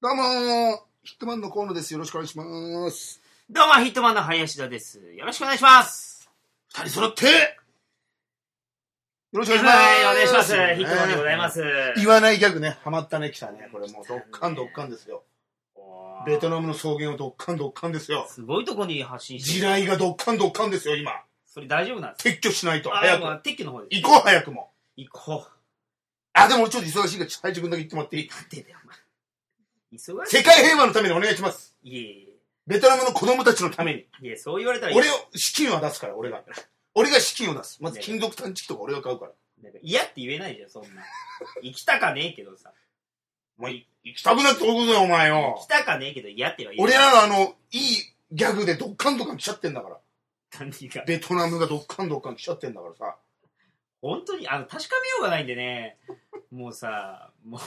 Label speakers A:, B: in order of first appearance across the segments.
A: どうもーヒットマンの河野です。よろしくお願いします。
B: どうも、ヒットマンの林田です。よろしくお願いします。
A: 二人揃ってよろしくお
B: はい、
A: 願い
B: お
A: します。
B: 願いします。ヒットマンでございま
A: ね。
B: す。
A: 言わないギャグね、ハマったね、来たね。これもう、ドッカンドッカンですよ。
B: おー
A: ベトナムの草原をドッカンドッカンですよ。
B: すごいとこに発信
A: 地
B: してる。
A: 雷がドッカンドッカンですよ、今。
B: それ大丈夫なんです
A: 撤去しないと。
B: かあ、
A: 早
B: まあ
A: く。
B: 撤去の方です。
A: 行こう、早くも。
B: 行こ。
A: あ、でも俺ちょっと忙しいから、ちょっと配置君だけ行ってもらっていいう
B: 出てよ、お前。忙し
A: 世界平和のためにお願いします。
B: い。いえい
A: ベトナムの子供たちのために。
B: え。いえ、そう言われたら
A: 俺を、資金は出すから、俺が。俺が資金を出す。まず金属探知機とか俺が買うから。
B: なんか嫌って言えないじゃん、そんな。行きたかねえけどさ。
A: お前、行きたくなっておくぞよ、お前よ
B: 行。きたかねえけど嫌っては言え
A: 俺
B: ない。
A: らのあの、いいギャグでドッカンドッカン来ちゃってんだから。
B: 何が。
A: ベトナムがドッカンドッカン来ちゃってんだからさ。
B: 本当に、あの、確かめようがないんでね。もうさ、もう、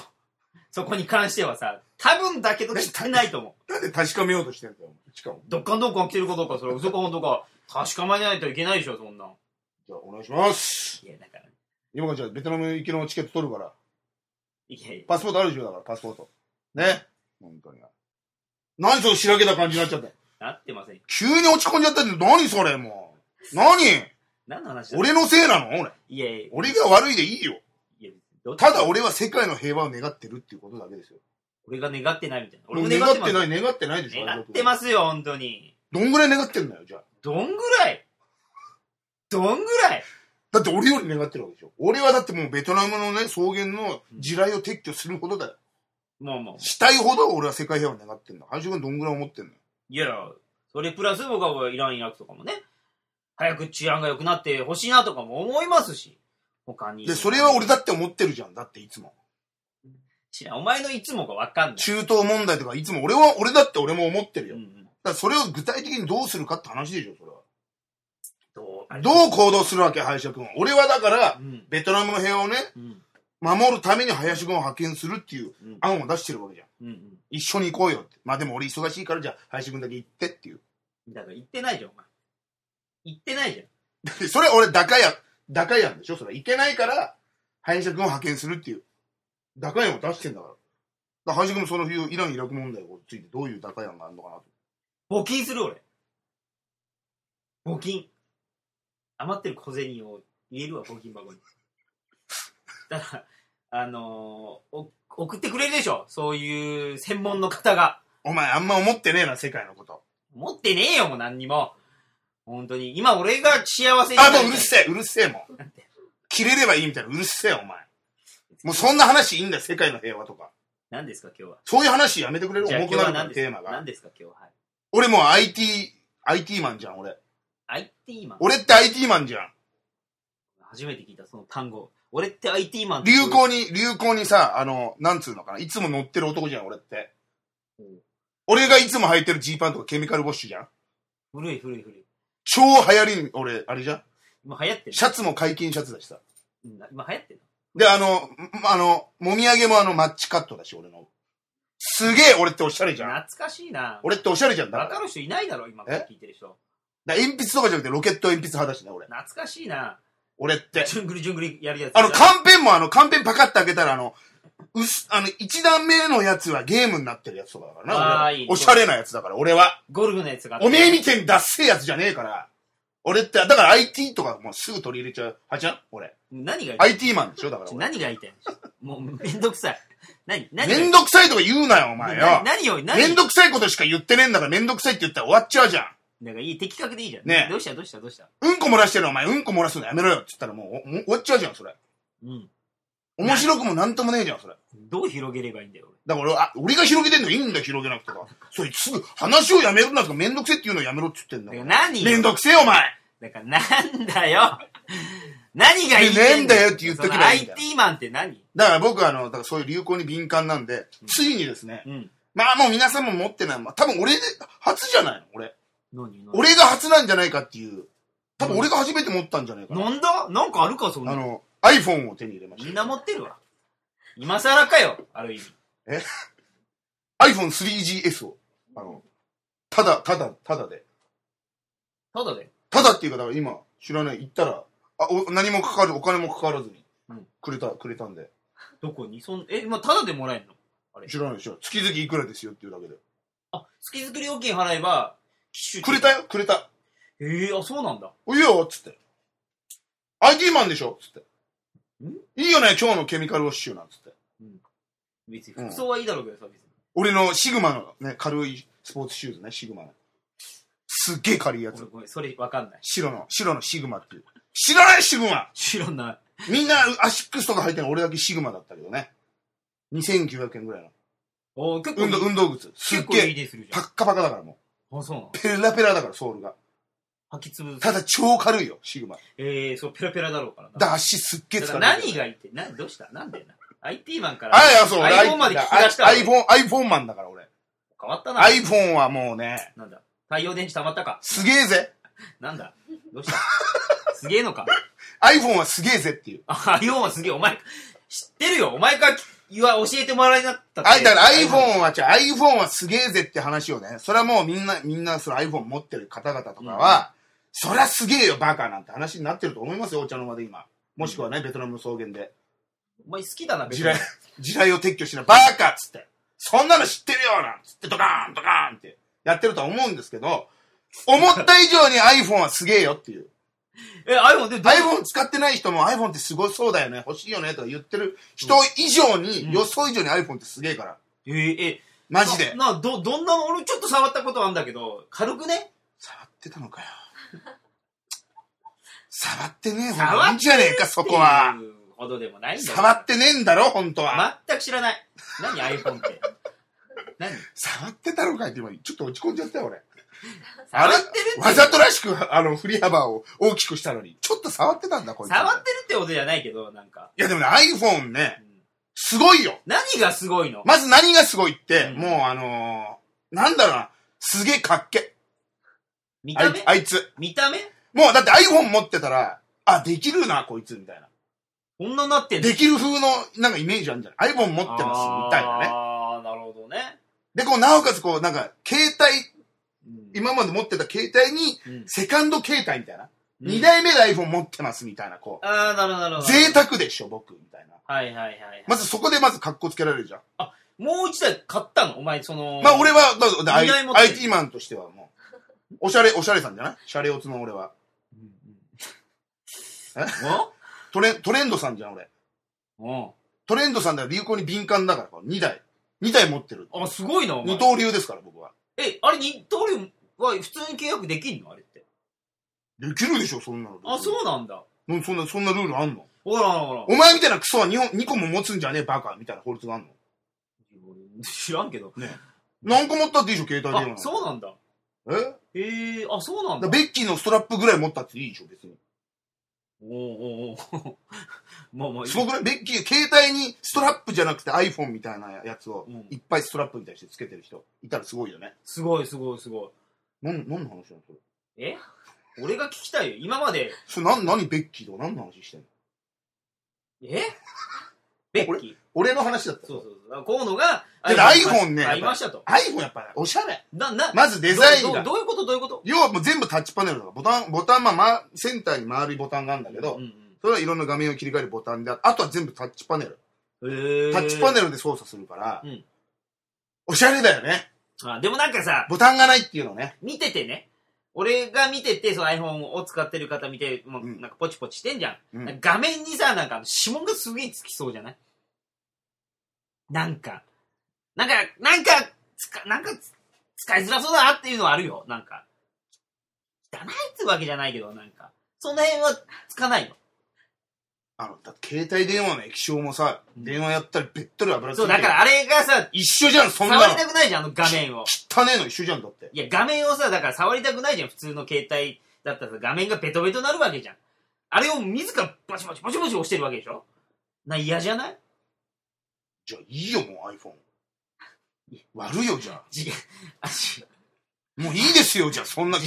B: そこに関してはさ、多分だけど聞てないと思う。
A: なんで確かめようとしてんだよ、しかも。
B: どっかんどっかん来てるかどうか、それ嘘か本当か、確かめないといけないでしょ、そんなん。
A: じゃあ、お願いします。
B: いや、だから、ね、
A: 今からじゃあ、ベトナム行きのチケット取るから。
B: いやいや、
A: パスポートあるでしょ、だから、パスポート。ね。本当にな。何そのしらけた感じになっちゃった。
B: なってませんよ。
A: 急に落ち込んじゃったって、何それ、もう。何
B: 何の話だ
A: 俺のせいなの俺。
B: いやいや、
A: 俺が悪いでいいよ。
B: いや、どっち
A: ただ、俺は世界の平和を願ってるっていうことだけですよ。
B: 俺が願ってないみたいな。俺
A: 俺
B: も
A: も願
B: 願って
A: っ
B: ま
A: て
B: すよ。
A: ない、願ってないでしょ。
B: 願ってますよ、本当に。
A: どんぐらい願ってんだよ、じゃあ。
B: どんぐらいどんぐらい
A: だって俺より願ってるわけでしょ。俺はだってもうベトナムのね、草原の地雷を撤去するほどだよ。
B: もうもう。
A: したいほど俺は世界平和を願ってんだ。林君どんぐらい思ってんの
B: いや、それプラス僕はイラン、イラクとかもね、早く治安が良くなってほしいなとかも思いますし、他に。
A: で、それは俺だって思ってるじゃん。だっていつも。
B: 知らんお前のいつもがわかんない。
A: 中東問題とかいつも俺は、俺だって俺も思ってる
B: う
A: よ。
B: んう
A: だ
B: ん。
A: からそれを具体的にどうするかって話でしょ、それは。
B: どう
A: どう行動するわけ、林君は。俺はだから、
B: うん。
A: ベトナムの平和をね、
B: うん。
A: 守るために林君を派遣するっていう
B: うん。
A: 案を出してるわけじゃん。
B: うんうん。
A: 一緒に行こうよって。まあでも俺忙しいからじゃあ林君だけ行ってっていう。
B: だから言ってないじゃん、お前。言ってないじゃん。
A: でそれ俺、ダカヤン、ダカヤンでしょそれ。いけないから、林田君を派遣するっていう。ダカヤンを出してんだから。だから林田君もその冬、イラン・イラク問題をついてどういうダカヤンがあるのかなと。
B: 募金する俺。募金。余ってる小銭を入れるわ、募金箱に。 だから、あのーお送ってくれるでしょそういう専門の方が。
A: お前あんま思ってねえな、世界のこと。
B: 持ってねえよ、もう何にも。本当に。今俺が幸せにな
A: あ、
B: りたい
A: もううるせえ、うるせえもん
B: なんて。
A: 切れればいいみたいな、うるせえ、お前。もうそんな話いいんだよ、世界の平和とか。
B: 何ですか、今日は。
A: そういう話やめてくれる
B: じゃあ
A: 重く
B: 今日
A: な
B: は
A: るから
B: 何です
A: テー
B: か
A: マが
B: 何。ですか、今日は。はい
A: 俺もう IT、IT マンじゃん、俺。
B: IT マン。
A: 俺って IT マンじゃん。
B: 初めて聞いた、その単語。俺って IT マンって
A: 流行に、流行にさ、あの、なんつうのかな、いつも乗ってる男じゃん、俺って
B: うん。
A: 俺がいつも履いてるジーパンとかケミカルウォッシュじゃん。
B: 古い古い古い。
A: 超流行りに、俺、あれじゃん。
B: 今流行ってる
A: シ。ャツも解禁シャツだしさ。
B: うん今流行ってる。
A: で、あの、まあの、もみあげもあの、マッチカットだし、俺の。すげえ俺っておしゃれじゃん。
B: 懐かしいな。
A: 俺っておしゃれじゃん。だか
B: わ
A: ら、だ
B: かる人いないだろ、今これ聞いてる人。
A: から鉛筆とかじゃなくてロケット鉛筆派だしね、俺。
B: 懐かしいな。
A: 俺って。
B: じゅんぐりじゅんぐりやるやつ。
A: あの、カンペンもあの、カンペンパカって開けたら、あの、うす、あの、一段目のやつはゲームになってるやつとかだからな俺は
B: あーいい
A: おしゃれなやつだから、俺は。
B: ゴルフのやつがあって。
A: おめえみてえにダッセえやつじゃねえから。俺って、だから IT とかもうすぐ取り入れちゃう。はじゃん俺。
B: 何が言い
A: IT マンでしょだから
B: たい
A: 俺。
B: 何が言いたいもうめんどくさい。何何
A: めん
B: ど
A: どくさいとか言うなよ、お
B: くさ
A: 前
B: い。
A: よ
B: な。何を、何
A: めんどくさいことしか言ってねえんだからめんどくさいって言ったら終わっちゃうじゃん。
B: なんかいい、的確でいいじゃん。
A: ねえ
B: どうしたどうしたどうした
A: うんこ漏らしてるお前、うんこ漏らすのやめろよって言ったらもうおもう終わっちゃうじゃん、それ。
B: うん。
A: 面白くもなんともねえじゃん、それ。
B: どう広げればいいんだよ、
A: だから俺、あ、俺が広げてんのいいんだよ、広げなくてか。それすぐ話をやめるなとかめんどくせえって言うのやめろって言ってんだ
B: 俺。
A: よ
B: だ。から何
A: めんどくせえよ、お前
B: だからなん だよ。何が言いたい
A: ねえんだよって言っとけばいいんだ
B: その
A: よ
B: IT マンって何
A: だから僕はあの、だからそういう流行に敏感なんで、ついにですね、
B: うん。
A: まあもう皆さんも持ってない。まあ、多分俺で、初じゃないの俺。
B: 何何
A: 俺が初なんじゃないかっていう。多分俺が初めて持ったんじゃないかな。
B: なんだなんかあるか、そんな
A: あ
B: の。
A: の、iPhone を手に入れま
B: み
A: し
B: んな持ってるわ。今更かよ、ある意味。
A: た。iPhone3GS を。あの、ただ、ただ、ただで。
B: ただで。
A: ただっていうか、だから今、知らない。行ったら、あ、お、何もかかる、お金もかからずに
B: うん。
A: くれた、くれたんで。
B: どこにそん、え、まあ、ただでもらえんのあれ
A: 知らないでしょ。月々いくらですよっていうだけで。
B: あ月々料金払えば機種
A: くれたよ、くれた。
B: ええあそうなんだ
A: おいいよ、つって。IT マンでしょ、つって
B: ん。
A: いいよね、今日のケミカルウォッシュなんつって。
B: 別に服装はいいだろうけどさ別に
A: 俺のシグマのね、軽いスポーツシューズね、シグマの。すっげえ軽いや
B: ごめ
A: つ
B: ん。ごめんそれわかんない
A: 白の、白のシグマっていう。知らないシグマ
B: 知らない
A: みんなアシックスとか履いてるの俺だけシグマだったけどね。2900円ぐらいの。
B: お結構
A: 運動、運動靴。すっ
B: 結構
A: げ
B: いい
A: え、
B: でするじゃ
A: パッカパカだからも
B: んあそうなの
A: う。ペラペラだから、ソールが。
B: 履き潰す
A: ただ超軽いよ、シグマ。
B: ええそうペラペラだろうからな
A: だ、足すっげえ
B: だ
A: 疲
B: か
A: れ
B: ら
A: てる。
B: 何がいいってなどうしたなんでな IT マンから
A: あいや、そう、俺
B: iPhone まで聞き出したわ
A: iPhone、iPhone マンだから俺。
B: 変わったな
A: iPhone はもうね、
B: なんだ太陽電池溜まったか
A: すげえぜ。
B: なんだど うしたすげえのか
A: iPhone はすげえぜっていう。
B: あ、iPhone はすげえ、お前、知ってるよ。お前から言わ、教えてもらえなかったって
A: あ、だから iPhone は、じゃあ iPhone はすげえぜって話をね、それはもうみんな、みんなその iPhone 持ってる方々とかは、そりゃすげえよ、バカなんて話になってると思いますよ、お茶の間で今。もしくはね、ベトナムの草原で。
B: お前好きだな、
A: 地
B: に
A: 雷。、地雷を撤去しな、バカっつって。そんなの知ってるよなんつって、ドカーン、ドカーンってやってるとは思うんですけど、思った以上に iPhone はすげえよっていう。
B: え、iPhone で、
A: iPhone 使ってない人も iPhone ってすごいそうだよね、欲しいよねとか言ってる人以上に、
B: うん
A: 予想以上に iPhone ってすげえから。
B: えー、え、
A: マジで。
B: な、など、どんなの、俺ちょっと触ったことあるんだけど、軽くね
A: 触ってたのかよ。触ってねえ方
B: 触ってね
A: がいいんじゃねえか、そこは
B: っ。ていうほどでもないんだよ
A: 触ってねえんだろ、本当は。
B: 全く知らない。何 iPhone って。何
A: 触ってたのかいって今、ちょっと落ち込んじゃったよ、俺。
B: 触
A: あ
B: っ
A: れ
B: てるって。
A: わざとらしく、あの、振り幅を大きくしたのに、ちょっと触ってたんだ、こいつ。
B: 触ってるってことじゃないけど、なんか。
A: いや、でもね、iPhone
B: う
A: ね、
B: ん
A: すごいよ。
B: 何がすごいの
A: まず何がすごいって、
B: うん
A: もうあのーなんだろうな、すげえかっけ。
B: 見
A: あ
B: た
A: い
B: 目
A: あいつ。
B: 見た目
A: もうだって iPhone 持ってたら、あ、できるな、こいつ、みたいな。
B: こんななってんの
A: できる風の、なんかイメージあるんじゃない ?iPhone 持ってます、みたいなね。
B: あー、なるほどね。
A: で、こう、なおかつ、こう、なんか、携帯、
B: うん
A: 今まで持ってた携帯に、
B: うん
A: セカンド携帯みたいな。
B: うん
A: 二、代目で iPhone 持ってます、みたいな、こ
B: ああ、なるほど、なる
A: う。
B: ほど。
A: 贅沢でしょ、僕、みたいな。
B: はいはいはいはい。
A: まずそこでまず格好つけられるじゃん。
B: もう一台買ったのお前、その。
A: まあ俺は、まずだ
B: 二台持ってる
A: IT マンとしてはもう、おしゃれ、おしゃれさんじゃないシャレオツの俺は。
B: うん
A: え
B: う
A: トレン、トレンドさんじゃん、俺。
B: ん。お
A: トレンドさんだから流行に敏感だから、こう二台。二台持ってる。
B: うん。あ、すごいな、お前
A: 二刀流ですから、僕は。
B: え、あれ、二刀流は普通に契約できんのあれって。
A: できるでしょ、そんなの。
B: あ、そうなんだ。
A: うんそんな、そんなルールあんの
B: ほらほらほら。
A: お前みたいなクソは日本2個も持つんじゃねえ、バカみたいな法律があんの
B: 知らんけど。
A: 何個持ったっていいでしょ、携帯電話
B: あ、
A: の。
B: そうなんだ。
A: えだか
B: えー、あ、そうなん
A: ら
B: だ。
A: ベッキーのストラップぐらい持ったっていいでしょ、別に。
B: おーおー おーまあまあ、
A: すごくないベッキー、携帯にストラップじゃなくて iPhone みたいなやつを
B: うん、
A: いっぱいストラップみたいにしてつけてる人、いたらすごいよね。
B: すごいすごいすご
A: なん、何の話なのそれ。
B: い。え俺が聞きたいよ。今まで、
A: それ、なん、何ベッキーとか何の話してんの
B: えベッキー。
A: 俺の話だった。
B: そうそうそう。だから河野が、
A: で iPhone ね
B: 買いましたと。
A: iPhone やっぱりおしゃれ。
B: な、な、
A: まずデザイン
B: ど
A: が
B: う。どうどういうことどういうこと
A: 要はもう全部タッチパネルだから、ボタン、ボタン、まあ、まあ、センターに回るボタンがあるんだけど
B: う、ん
A: それはいろんな画面を切り替えるボタンであるあとは全部タッチパネル。
B: うんへー
A: タッチパネルで操作するから、
B: うん
A: おしゃれだよね。
B: あでもなんかさ、
A: ボタンがないっていうのね。
B: 見ててね、俺が見てて、その iPhone を使ってる方見て、もう
A: うん
B: なんかポチポチしてんじゃん。
A: うん
B: なんか画面にさ、なんか指紋がすげえつきそうじゃないなんか、なんか、なんか、つかなんかつ使いづらそうだなっていうのはあるよ。なんか、汚いってわけじゃないけど、なんか、その辺はつかないよ。
A: あの、だって携帯電話の液晶もさ、
B: うん
A: 電話やったらべっとり油ついて
B: そ
A: る
B: う、だからあれがさ、
A: 一緒じゃん、そん
B: 触
A: な
B: り
A: の。
B: たくないじゃん、あの画面を。
A: 汚ねえの一緒じゃん、だって。
B: いや、画面をさ、だから触りたくないじゃん。普通の携帯だったらさ、画面がベトベトなるわけじゃん。あれを自らバチバチバチバチ押してるわけでしょな、嫌じゃない
A: じゃあいいよ、もう iPhone。悪いよ、じゃ
B: 違う。あし
A: あ。もういいですよ、じゃあ。そんな汚い。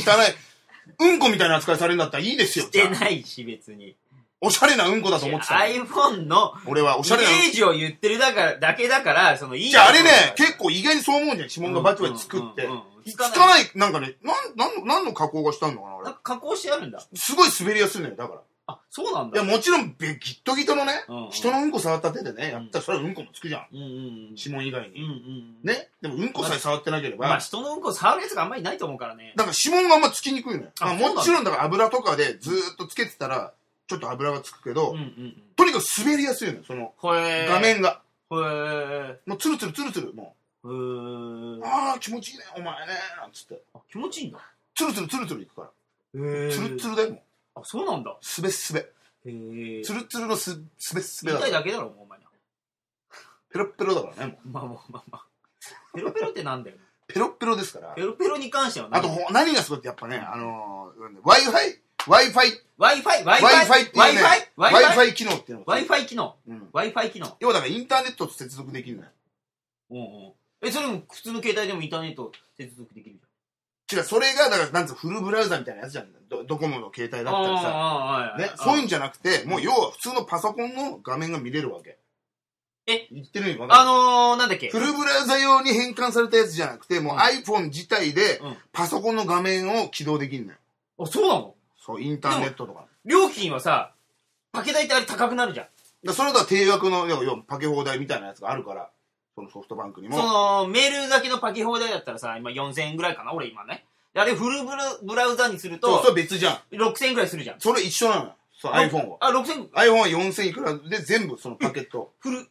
A: うんこみたいな扱いされるんだったらいいですよ、
B: し
A: じゃ
B: て
A: あ。
B: ないし、別に。
A: おしゃれなうんこだと思ってたの。
B: iPhone の
A: 俺はお
B: イ
A: しゃれなうんこ
B: メージを言ってるだから、だけだから、そのいい。
A: じゃああれね、結構意外にそう思うじゃん、指紋がバチバチ作って
B: うんうん。うんうん
A: つ
B: つかない
A: かない、なんかね、なん、なんの、なんの加工がしたんのかな、あれ
B: なん。か加工してあるんだ。
A: すごい滑りやすいのよ、だから。
B: あ、そうなん
A: い
B: だ。
A: や、もちろん、べギットギトのね、
B: うんうん
A: 人のうんこ触った手でね、やったらそれはうんこもつくじゃん。
B: うんうんうん。
A: 指紋以外
B: うんう
A: に。
B: んうん。。
A: ね。でも、うんこさえ触ってなければ、
B: まあ、人のうんこ触るやつがあんまりないと思うからね。
A: だから指紋があんまつきにくいのよ。ま
B: あ
A: あ
B: そうなんだ
A: もちろん、だから油とかでずーっとつけてたら、ちょっと油がつくけ
B: う
A: ど、
B: んうんうん。
A: とにかく滑りやすいのよ、その、
B: ほえー。
A: 画。面が。
B: ほえー。
A: もう、ツルツルツルツル、も
B: うー
A: う、
B: ん
A: ああ、気持ちいいね、お前ね、なんつって。
B: あ気持ちいいんだ。
A: ツルツルツルツルいくから。
B: へ
A: ツルツルだよ、もう。
B: あ、そうなんだ。
A: すべすべ。
B: へえ。
A: ツルツルのす、すべすべだ
B: 痛
A: か
B: い
A: ら。
B: だけだろ、もうお前な。
A: ペロッペロだからね、もう。
B: まあまあまあまあ。ペロペロってなんだよ。
A: ペロッペロですから
B: ペ。ロペロに関してはね。
A: あと、ほ何がすごいって、やっぱね、あのー、Wi-Fi、Wi-Fi
B: Wi-Fi、Wi-Fi、
A: Wi-Fi っていうね
B: Wi-Fi、
A: Wi-Fi 機能っていうのが
B: Wi-Fi 機能、
A: うん
B: Wi-Fi 機能。
A: 要はだからインターネットと接続できるのよ
B: うんうん。え、それも普通の携帯でもインターネット接続できるじ
A: 違うそれがだからなんつうのフルブラウザみたいなやつじゃんドドコモの携帯
B: ゃん。
A: だったりさ
B: あーあー、あー
A: ね
B: あ、ー
A: そういうんじゃなくてもう要は普通のパソコンの画面が見れるわけ
B: え
A: 言ってる意味わか
B: あ
A: る
B: のー、なんだっけ
A: フルブラウザ用に変換されたやつじゃなくてもう iPhone 自体で
B: うん
A: パソコンの画面を起動できるのよ
B: あ、そうなの
A: そうインターネットとかだか
B: 料金はさ、パケ代ってあれ高くなるじゃん。
A: らそれとは定額の要は要はパケ放題みたいなやつがあるからそのソフトバンクに
B: そ
A: も
B: の、メールだけのパケ放題だったらさ、今4000円ぐらいかな、俺今ね。であれフルブラブラウザにする
A: そうそ
B: と、
A: れ別じゃん
B: 6000円ぐらいするじゃん。
A: それ一緒なのよそう iPhone は
B: あ、6000、
A: iPhone は4000いくらで全部そのパケット。
B: フル、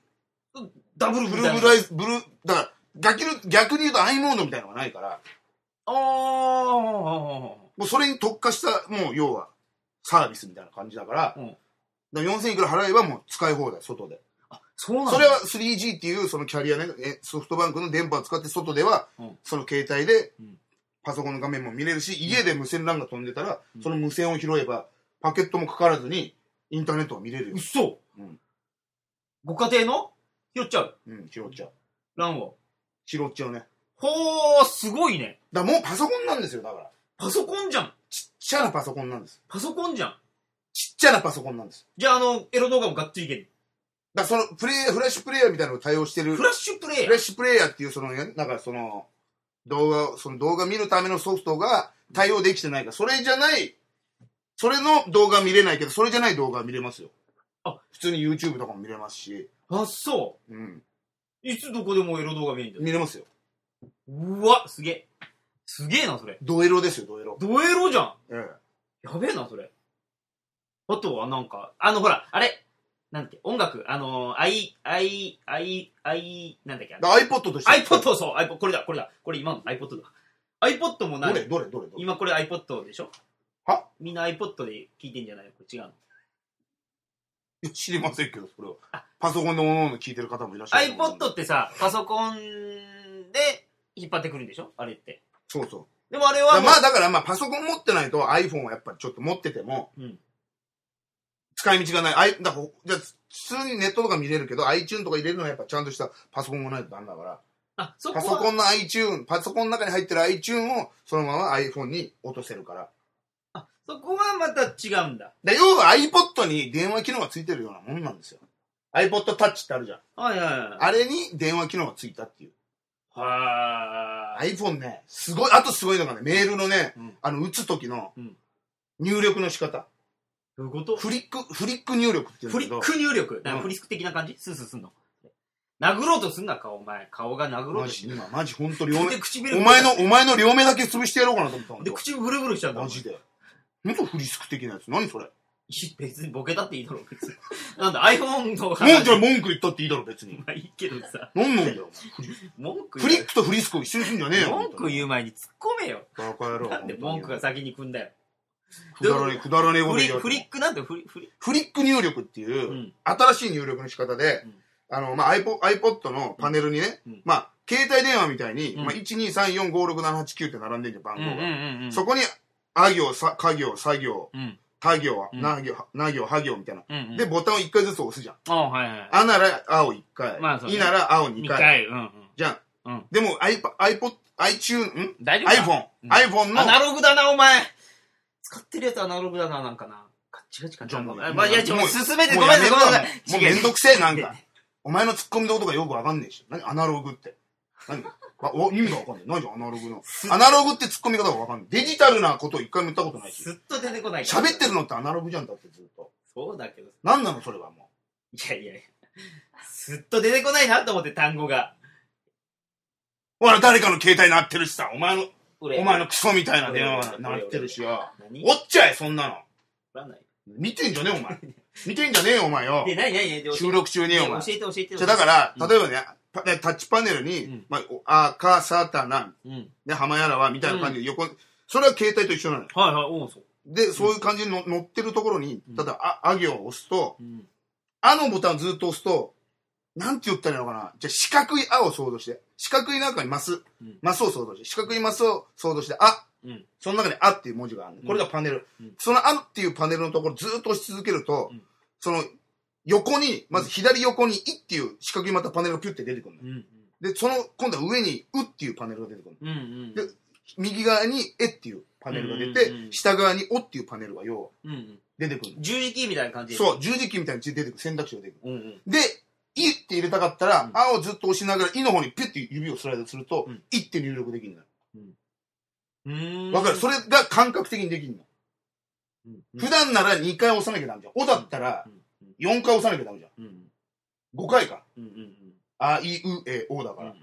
B: ダブル
A: ブ
B: み
A: ル
B: た
A: ー
B: いな
A: ブライズ、ブルー、だから逆に、逆に言うと i モードみたいなのがないから、
B: あー
A: もうそれに特化した、もう要はサービスみたいな感じだから、
B: うん
A: だから4000いくら払えばもう使い放題、外で。
B: そうなんだ。
A: それは 3G っていうそのキャリアね、えソフトバンクの電波を使って外では
B: うん、
A: その携帯で
B: うん
A: パソコンの画面も見れるし、家で無線 LAN が飛んでたら
B: う、ん
A: その無線を拾えば、パケットもかからずに、インターネットが見れるよ
B: うっ。そ、
A: うん
B: ご家庭の拾っちゃう
A: うん、拾っちゃう。
B: 卵を
A: 拾っちゃうね。
B: ほーすごいね
A: だからもうパソコンなんですよ、だから。
B: パソコンじゃん
A: ちっちゃなパソコンなんです。
B: パソコンじゃん
A: ちっちゃなパソコンなんです。
B: じゃああのエロ動画もがっつりいける
A: だからそのプレイヤー、フラッシュプレイヤーみたいなのを対応してる、
B: フ
A: フ
B: ラッシュプレイヤ
A: ラ
B: ー
A: ッシュプレイヤーっていうその、ね、だからその、動画を、その動画見るためのソフトが対応できてないから、それじゃない、それの動画見れないけど、それじゃない動画見れますよ。
B: あ
A: 普通に YouTube とかも見れますし、
B: あそ
A: うん。
B: ういつどこでもエロ動画見えるんだよ
A: 見れますよ。
B: うわすげえすげえなそれ
A: ドエロですよ、ドエロ。
B: ドエロじゃん
A: ええ。
B: やべえなそれあとはなんかあのほらあれなんて音楽あのー、アイアイアイアイなんだっけあれ
A: だから iPod として。
B: iPod そう iPod これだこれだこれ今の iPod だ iPod もな
A: ど
B: い
A: れどれどれどれ
B: 今これ iPod でしょ
A: は
B: みんな iPod で聞いてんじゃないのこれ違うの
A: いや知りませんけど、それは。パソコンでおのおの聞いてる方もいらっしゃると思うんで。
B: iPod ってさパソコンで引っ張ってくるんでしょあれって
A: そうそう。
B: でもあれ
A: だか
B: は
A: らまあだからまあパソコン持ってないと iPhone はやっぱりちょっと持ってても、
B: うん
A: 使い道がない。あいだからじゃあ普通にネットとか見れるけど iTune とか入れるのはやっぱちゃんとしたパソコンがないとダメだから、
B: あそこ
A: パ
B: は
A: ソコンの iTune、パソコンの中に入ってる iTune をそのまま iPhone に落とせるから。
B: あそこはまた違うんだ
A: で要は iPod に電話機能がついてるようなもんなんですよ。iPod Touch ってあるじゃん。
B: はいはいはい
A: あれに電話機能がついたっていう。
B: は
A: iPhone ね、すごい、あとすごいのがね、メールのね、
B: うん
A: あの打つ時の
B: うん
A: 入力の仕方。
B: いどういうこと
A: フリック、フリック入力っていうんだ
B: フリ
A: けど
B: ッ。ク入力なん
A: う
B: か
A: ん
B: フリスク的な感じスースーすんの殴ろうとすんな顔お前顔が殴ろう
A: マ
B: とし
A: ジ、
B: て
A: 今、マジ、ほんと両目
B: で、唇
A: お前の、お前の両目だけ潰してやろうかなと思ったもん
B: で口ブルブルしちゃうんだ
A: マジで。ほんとフリスク的なやつ。何それ。も
B: いや別にボケたっていいだろ別に なんだ iPhone の話
A: うじゃあ文句言ったっていいだろ、別に。
B: まあいいけどさ、
A: 何なんだよ、お前フ
B: 文句
A: リフリックとフリスクを一緒にすんじゃねえよ。
B: 文句言
A: う。
B: う前に突っ込めよ。
A: バカ野郎。
B: なんで文句が
A: 本
B: 先に来んだよ。
A: 当にくだらねえ、くだらねえこと
B: フリ
A: 言う
B: フリックなんだよ、フリフリ。
A: フリック入力って
B: う
A: いう、
B: ん。
A: 新しい入力の仕方で
B: うん、
A: あの、まあ、iPod iPod のパネルにね
B: うん、
A: まあ、携帯電話みたいに、
B: うん
A: まあ、123456789って並んでんじゃん、番
B: うんうん
A: 号が。
B: うんうん。
A: そこに、あ行、さ、か行、作業、
B: うん。
A: 他行、
B: うん
A: な行、な行、は行みたいな。
B: うんうん。
A: で、、ボタンを1回ずつ押すじゃん。
B: あはいはい。
A: あなら青1回。
B: まあそうね
A: いなら青
B: 二
A: 2回。
B: 回。うんうん。
A: じゃん。
B: うん
A: でも、iPod、iPod、iTune、ん
B: 大丈夫か
A: ?iPhone、
B: うん
A: iPhone
B: アナ
A: の、
B: ログだな、お前。使ってるやつアナログだな、なんかな。ガッチガチか
A: じゃあもう
B: まあ、いや、ちょ、
A: もう
B: 進めてご
A: もう
B: めんな
A: やめ
B: さい、
A: ろ
B: ごめんなさい。
A: もうめんどくせえ、なん
B: 違う
A: か。お前のツッコミのことがよくわかんねえし。何アナログって。何わお意味がわかんない。何じゃアナログの。
B: す
A: アナログって突っ込み方がわかんない。デジタルなことを一回も言ったことないし。
B: すっと出てこないから
A: 喋ってるのってアナログじゃんだってずっと。
B: そうだけど
A: 何なのそれはも
B: いやいやいやすっと出てこないなと思って単語が
A: う。ほら、誰かの携帯鳴ってるしさ、お前の、
B: 俺
A: お前のクソみたいな電話
B: 俺
A: 鳴ってるしよ。
B: 何
A: おっちゃえ、そんなの。
B: わかんない
A: 見てんじゃねえ、お前。見てんじゃねえよ、お前よ
B: で。何何何で教え
A: 収録中によ、お前
B: 教。えて教えて
A: じゃあだから
B: う、ん
A: 例えばね、パねタッチパネルに、
B: うん
A: まあ、おあ、か、さ、た、な、
B: うん
A: ね、浜やらは、みたいな感じで横に、それは携帯と一緒なのよ。
B: はいはいおうそう
A: で、そういう感じにの乗ってるところに
B: う、ん
A: ただ、あ、あ行を押すと、
B: うん
A: あのボタンずっと押すと、なんて言ったらいいのかな。じゃあ、四角いあを想像して、四角い中にマス
B: うん、
A: マスを想像して、四角いマスを想像して、あ、
B: うん
A: その中にあっていう文字があるの。これがパネル。
B: うん
A: そのあっていうパネルのところずっと押し続けると、
B: うん
A: その、横に、まず左横にいっていう四角いまたパネルがピュッて出てくるの
B: う。ん
A: で、その、今度は上に、うっていうパネルが出てくる。
B: うんうん
A: で右側に、えっていうパネルが出
B: うんうんう
A: て、
B: ん
A: 下側に、おっていうパネルが要は
B: うんうん
A: 出てくる。
B: 十字キーみたいな感じで
A: そう、十字キーみたいに出てくる選択肢が出てく
B: うんうん
A: る。で、いって入れたかったら、
B: うん
A: あをずっと押しながら、いの方にピュッて指をスライドすると
B: うん、
A: いって入力できるのよ。
B: うーん
A: わかるそれが感覚的にできるの。
B: うん
A: 普段なら2回押さなきゃダメじゃん。おだったら
B: うんうん
A: 4回押さなきゃダメじゃ
B: うんうん
A: ん。5回か。
B: うんうんうん
A: あ、い、う、え、おだから
B: うん。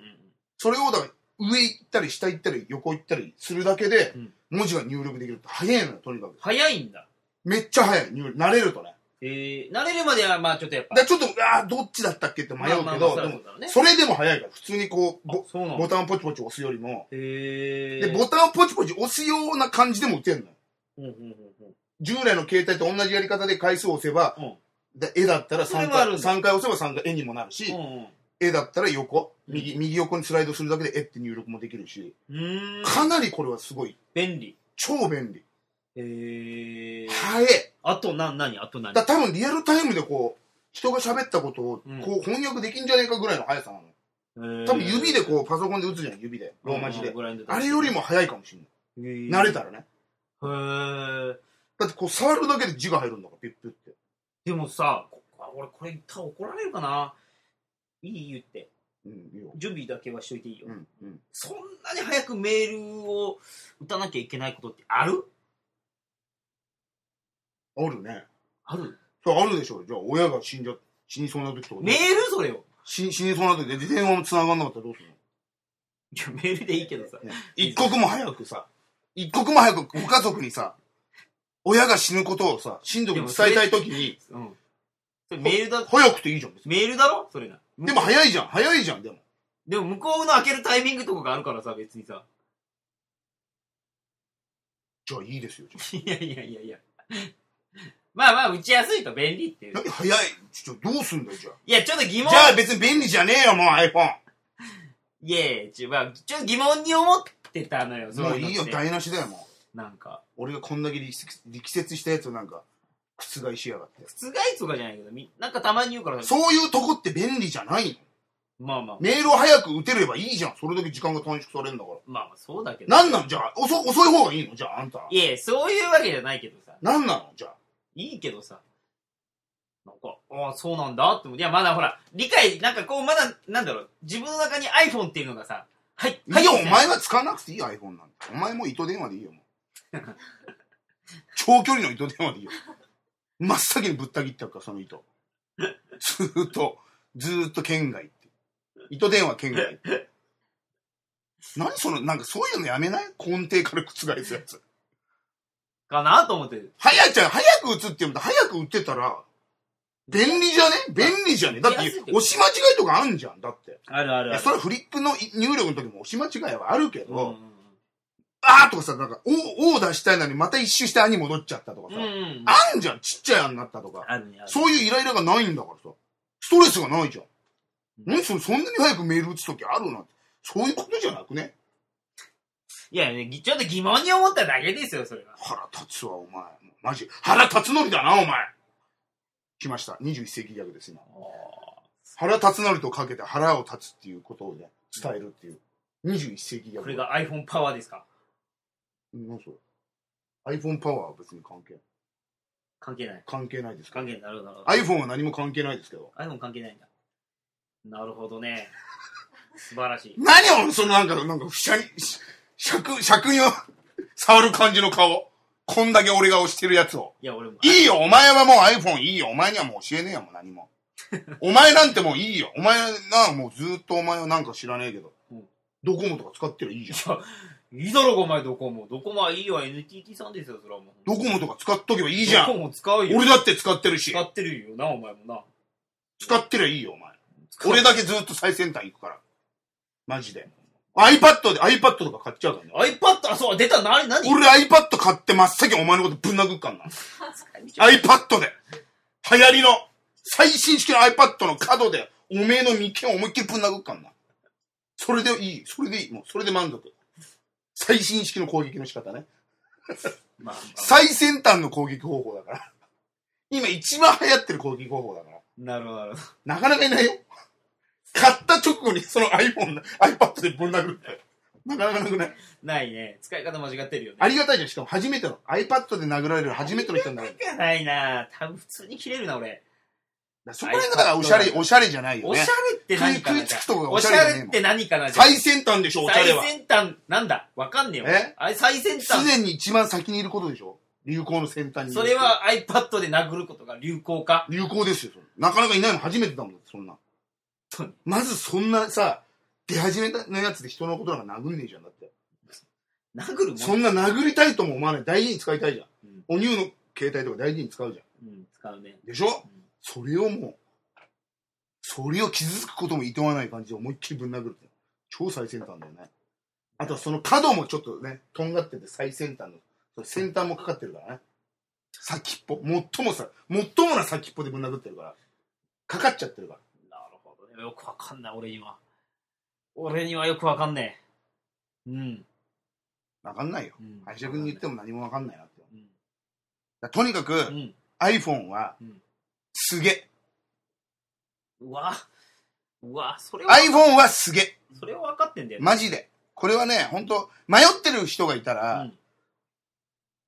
A: それをだから、上行ったり下行ったり横行ったりするだけで
B: うん、
A: 文字が入力できるって早いのよ、とにかく。
B: 早いんだ
A: めっちゃ早い、入力。慣れるとね。
B: えー、慣れるまではまあちょっとやっぱ
A: だからちょっと、ああ、どっちだったっけって迷う
B: まあ
A: け
B: まあ
A: ど、
B: まあ
A: で
B: そ
A: も
B: うだろうね
A: それでも早いから、普通にこう、
B: あ
A: ボ
B: そうな
A: ボ
B: の
A: タンをポチポチ押すよりも、
B: へえ
A: で、ボタンをポチポチ押すような感じでも打てるのよ。
B: うんうんうん
A: 従来の携帯と同じやり方で回数を押せば、
B: うん
A: で絵だったら
B: それ
A: 3
B: はあるん
A: 回、
B: だ
A: 三回押せば3回絵にもなるし、
B: うんうん
A: 絵だったら横、
B: うん
A: 右、右横にスライドするだけで絵って入力もできるし、
B: うーん
A: かなりこれはすごい、
B: 便利
A: 超便利。
B: へえ
A: 早い。
B: あとな何あと何
A: だから多分リアルタイムでこう、人が喋ったことを
B: うん
A: こう翻訳できんじゃねえかぐらいの速さなのよ。多
B: 多
A: 分指でこう、パソコンで打つじゃん、指で。ローマ字で。あれよりも早いかもしれない。慣
B: 慣
A: れたらね。
B: へー
A: だってこう触るだけで字が入るんだから、ピュッピュって。
B: でもさこあ俺これ言ったら怒られるかないい言って
A: うん、いいよ。
B: 準備だけはしといていいよ、
A: うん、うん。
B: そんなに早くメールを打たなきゃいけないことってある
A: あるね。
B: ある
A: それあるでしょ。じゃあ親が死んじゃ、死にそうな時とか。
B: メールそれを
A: 死死にそうな時で電話も繋がんなかったらどうするの
B: い やメールでいいけどさ
A: 一刻も早くさ、一刻も早くご家族にさ、親が死ぬことをさ、親族に伝えたい時に、
B: うんそれメールだ
A: 早くていいじゃん、別に。
B: メールだろそれな
A: でも早いじゃん、早いじゃん、でも。
B: でも向こうの開けるタイミングとかがあるからさ別にさ
A: じゃあ いいですよ、じゃ
B: いやいやいやいや。まあまあ、打ちやすいと便利っていう
A: あ。。何早いちょ、どうすんだよ、じゃあ。
B: いや、ちょっと疑問。
A: じゃあ別に便利じゃねえよ、もう iPhone。
B: いやいや、ちょ、まあ、ちょっと疑問に思ってたのよ、
A: もういいよ、
B: そううのって
A: 台無しだよ、もう。
B: なんか、
A: 俺がこんだけ力説力説したやつをなんか、覆しやがって。
B: 覆とかじゃないけど、みなんかたまに言うから、
A: そういうとこって便利じゃないの
B: まあまあ、
A: メールを早く打てればいいじゃん。それだけ時間が短縮されるんだから。
B: まあまあ、そうだけど。
A: なんなのじゃあ、遅、遅い方がいいのじゃあ、あんた。
B: いやいや、そういうわけじゃないけどさ。
A: なんなのじゃあ。
B: いいけどさ。なんか、ああ、そうなんだって思う。いや、まだほら、理解、なんかこう、まだ、なんだろう、自分の中に iPhone っていうのがさ、はい、
A: いや、お
B: はい
A: 前は使わなくていい iPhone なんだ。お前も糸電話でいいよ、もう。 長距離の糸電話でいいよ。真っ先にぶった切ってやるから、その糸。ずーっと、ずーっと県外って。糸電話県外って。何その、なんかそういうのやめない根底から覆すやつ。
B: かなと思ってる。
A: 早ちゃん、早く打つって言うんだ。早く打ってたら、便利じゃね便利じゃねだって、押し間違いとかあんじゃん。だって。
B: あるある
A: いや、それはフリップの入力の時も押し間違いはあるけど、
B: うんうん
A: あーとかさ、なんか、お、おを出したいのにまた一周してあに戻っちゃったとか
B: う
A: さ、
B: ん。うんうん。
A: あんじゃん、ちっちゃいあになったとか。
B: あるね、ある。
A: そういうイライラがないんだからさ。ストレスがないじゃん。
B: うん
A: 何それ、そんなに早くメール打つ時あるなんて。そういうことじゃなくね
B: いや、ね、ぎちょっと疑問に思っただけですよ、それは。
A: 腹立つわ、お前。マジ。腹立つのりだな、お前。来ました。21世紀ギャグです、今。腹立つのりとかけて腹を立つっていうことをね、伝えるっていう。21世紀ギャグ。
B: これが iPhone パワーですか
A: うん。何それ。iPhone パワーは別に関係ない。
B: 関係ない。
A: 関係ないですか
B: 関係ない。なるほど。なるほ
A: iPhone は何も関係ないですけど。
B: ど iPhone 関係ないんだ。なるほどね。素晴らしい。
A: 何をそのなんか、なんか、ふしゃに、し尺、尺に触る感じの顔。こんだけ俺が押してるやつを。
B: いや、俺も。
A: いいよ、お前はもう iPhone いいよ。お前にはもう教えねえよ、もう何も。お前なんてもういいよ。お前な、もうずーっとお前はなんか知らねえけど
B: うん。
A: ドコモとか使ってるいいじゃん。
B: いいだろうが、お前、ドコモ。ドコモはいいよ、NTT さんですよ、それはもう。
A: ドコモとか使っとけばいいじゃ
B: ド
A: ん。
B: コモ使うよ。
A: 俺だって使ってるし
B: 使。ってるよな、お前もな。
A: 使ってりゃいいよ、お前。
B: 使う
A: 俺だけずーっと最先端行くから。マジで。iPad で、iPad とか買っちゃうからね。
B: iPad、あ、そう、出た、なに、なに
A: 俺 iPad 買って真っ先にお前のことぶん殴っかんな。iPad で、流行りの、最新式の iPad の角で、おめえの眉間を思いっきりぶん殴っかんな。それでいい、それでいい、もうそれで満足。最新式の攻撃の仕方ね。
B: まあ、まあ
A: 最先端の攻撃方法だから。今一番流行ってる攻撃方法だから。
B: なるほど、なるほ
A: なかなかいないよ。買った直後にその iPhone、iPad でぶん殴るって。なかなかなくない。
B: ど。ないね。使い方間違ってるよね。
A: ありがたいじゃん。しかも初めての。iPad で殴られる初めての人になる。だか
B: がないな多分普通に切れるな、俺。
A: らそこら辺がだからおしゃれ、おしゃれじゃないよ
B: お
A: ね
B: しゃ。れって何かな
A: 食い食いつくとこが
B: お
A: おし
B: しゃ
A: ゃれじゃねえもん
B: れって何かなじゃあ
A: 最先端でしょ、おしゃれ
B: 最
A: は。
B: 先端、なんだわかんねえよ。
A: え
B: あれ最先端。
A: 常に一番先にいることでしょ流行の先端に。
B: それ。は iPad で殴ることが流行か。
A: 流行ですよ、それなかなかいないの初めてだもん、そんな
B: そう。
A: まずそんなさ、出始めたのやつで人のことなんか殴んねえじゃん、だって。
B: 殴るもん。
A: そんな殴りたいとも思わない。大事に使いたいじゃん
B: うん。
A: お乳の携帯とか大事に使うじゃん。
B: うん、使うね。
A: でしょそれをもう、それを傷つくこともいとわない感じで思いっきりぶん殴るって。超最先端だよね。あとはその角もちょっとね、とんがってて最先端の、それ先端もかかってるからね。先っぽ、最もさ、最もな先っぽでぶん殴ってるから。かかっちゃってるから。
B: なるほどね。よくわかんない、俺には。俺にはよくわかんねえ。うん。
A: わかんないよ。
B: うん
A: 林田君に言っても何もわかんないなって。
B: うん。
A: だとにか
B: う
A: く、
B: ん
A: iPhone は
B: うん、
A: すげえ。
B: うわ、うわ、それは、
A: iPhone はすげえ。
B: それは分かってんだよ、
A: マジで。これはね、本当迷ってる人がいたら、
B: うん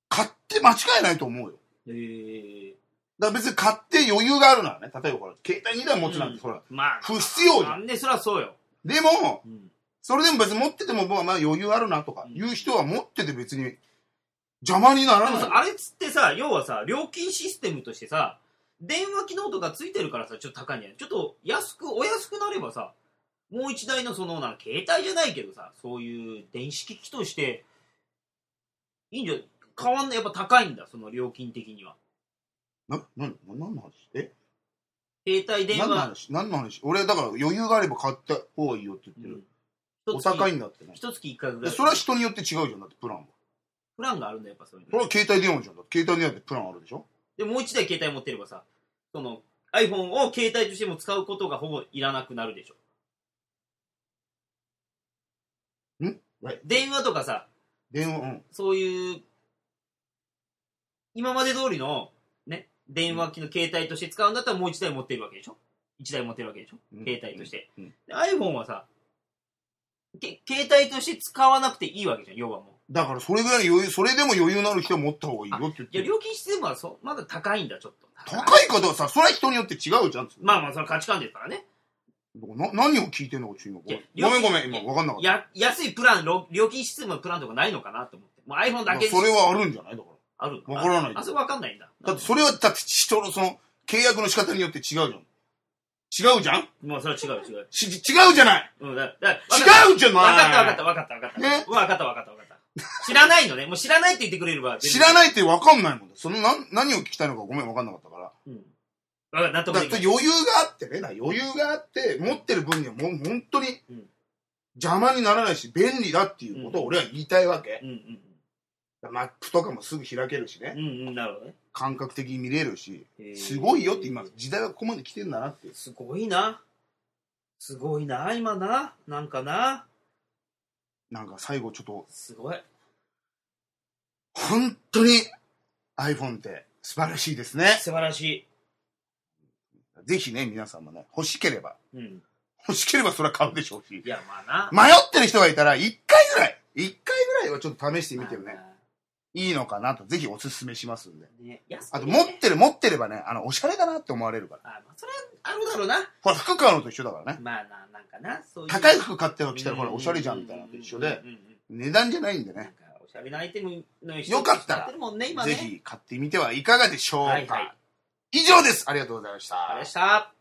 A: 買って間違いないと思うよ。
B: えー、
A: だから別に買って余裕があるならね、例えばこれ、携帯2台持つなん
B: うん
A: て、ほら、
B: まあ、
A: 不必要じゃ。
B: なんんでそりゃそうよ。
A: でも、
B: うん。
A: それでも別に持ってても、まあまあ余裕あるなとか
B: う、ん
A: いう人は持ってて別に、邪魔にな
B: で
A: ら
B: も
A: な
B: さ、
A: い。
B: あれっつってさ、要はさ、料金システムとしてさ、電話機能とかついてるからさ、ちょっと高いんじゃないちょっと安く、お安くなればさ、もう一台のその、なんか携帯じゃないけどさ、そういう電子機器として、いいんじゃない変わんない。やっぱ高いんだ、その料金的には。
A: な、な、な、何の話え
B: 携帯電
A: 何の
B: 話、
A: 話何の話俺、だから余裕があれば買った方がいいよって言って
B: うん
A: る。お高い
B: 一月
A: んだってね。
B: 一月一回ぐ
A: で
B: らい。
A: それは人によって違うじゃん、だってプランは。
B: プランがあるんだよ、やっぱそういうの
A: それは携帯電話じゃん。だって携帯電話ってプランあるでしょ
B: で、もう一台携帯持ってればさ、その iPhone を携帯としても使うことがほぼいらなくなるでしょ。
A: んはい
B: 電話とかさ、
A: 電話、うん。
B: そういう、今まで通りの、ね、電話機の携帯として使うんだったらもう一台持ってるわけでしょ一台持ってるわけでしょ
A: うん
B: 携帯として。
A: うんうん
B: で iPhone はさ、け携帯として使わなくていいわけじゃん、要はもう。
A: だからそれぐらいの余裕、それでも余裕のある人は持った方がいいよって言っ
B: い
A: て
B: や、
A: る。
B: 料金システムはそまだ高いんだ、ちょっと。
A: 高いことはさ、それは人によって違うじゃん。
B: まあまあ、その価値観ですからね。
A: な何を聞いてんのか、中国
B: いや
A: ごめんごめん、
B: い
A: 今
B: や
A: 分かんなかった。
B: や安いプランろ料金システムのプランとかないのかなと思ってもう iPhone だけ
A: それはあるんじゃないだか
B: あるの
A: ら。わからない。
B: あ
A: だ
B: それ分かんないんだ
A: ってそれは、だって人のその、契約の仕方によって違うじゃん。違うじゃん
B: もうそれは違う違う、
A: し違うじゃない
B: うん、だだ違
A: 違うじゃ
B: 分かっ
A: な
B: た分かっ
A: い
B: た分かった分かった、
A: ね
B: 分かった分かった分かった知らないのねもう知らないって言ってくれれば
A: 知ら
B: い、
A: ないって分かんないもん。その何何を聞きたいのかごめん分かんなかったから。
B: うん、分かった納得
A: だっ
B: で
A: て
B: きない
A: 余裕があってね、だから余裕があって、持ってる分にはもう本当に
B: うん
A: 邪魔にならないし、便利だっていうことを俺は言いたいわけ。
B: うん
A: マップとかもすぐ開けるしね、
B: うんうんうんなるほどね
A: 感覚的に見れるし、
B: へー
A: すごいよって今、時代はここまで来てんだなっていう。
B: すごいなすごいな今ななんかな
A: なんか最後ちょっと、
B: すごい
A: 本当に iPhone って素晴らしいですね。
B: 素晴らし
A: ぜひね、皆さんもね、欲しければ、
B: い、うん、
A: 欲しければそれは買うでしょうし
B: い、やまあな
A: 迷ってる人がいたら、一回ぐらい、一回ぐらいはちょっと試してみてもね、いいのかなと、ぜひお勧めしますんで。
B: ね安く
A: あと、
B: ね
A: 持ってる、持ってればね、あの、おしゃれだなって思われるから。
B: あまあそれはあるだろうな
A: ほら、服買うのと一緒だからね。
B: まあな、なんかかなそういう
A: 高い服買っては着たらほらおしゃれじゃんみたいなのと一緒で
B: うんうんうんうん
A: 値段じゃないんで
B: なん
A: ね
B: かおしゃれなアイテムの一
A: よかったら
B: やってるもんね今ね
A: ぜひ買ってみてはいかがでしょうか、
B: はいはい
A: 以上ですありがとうございました
B: ありがとうございました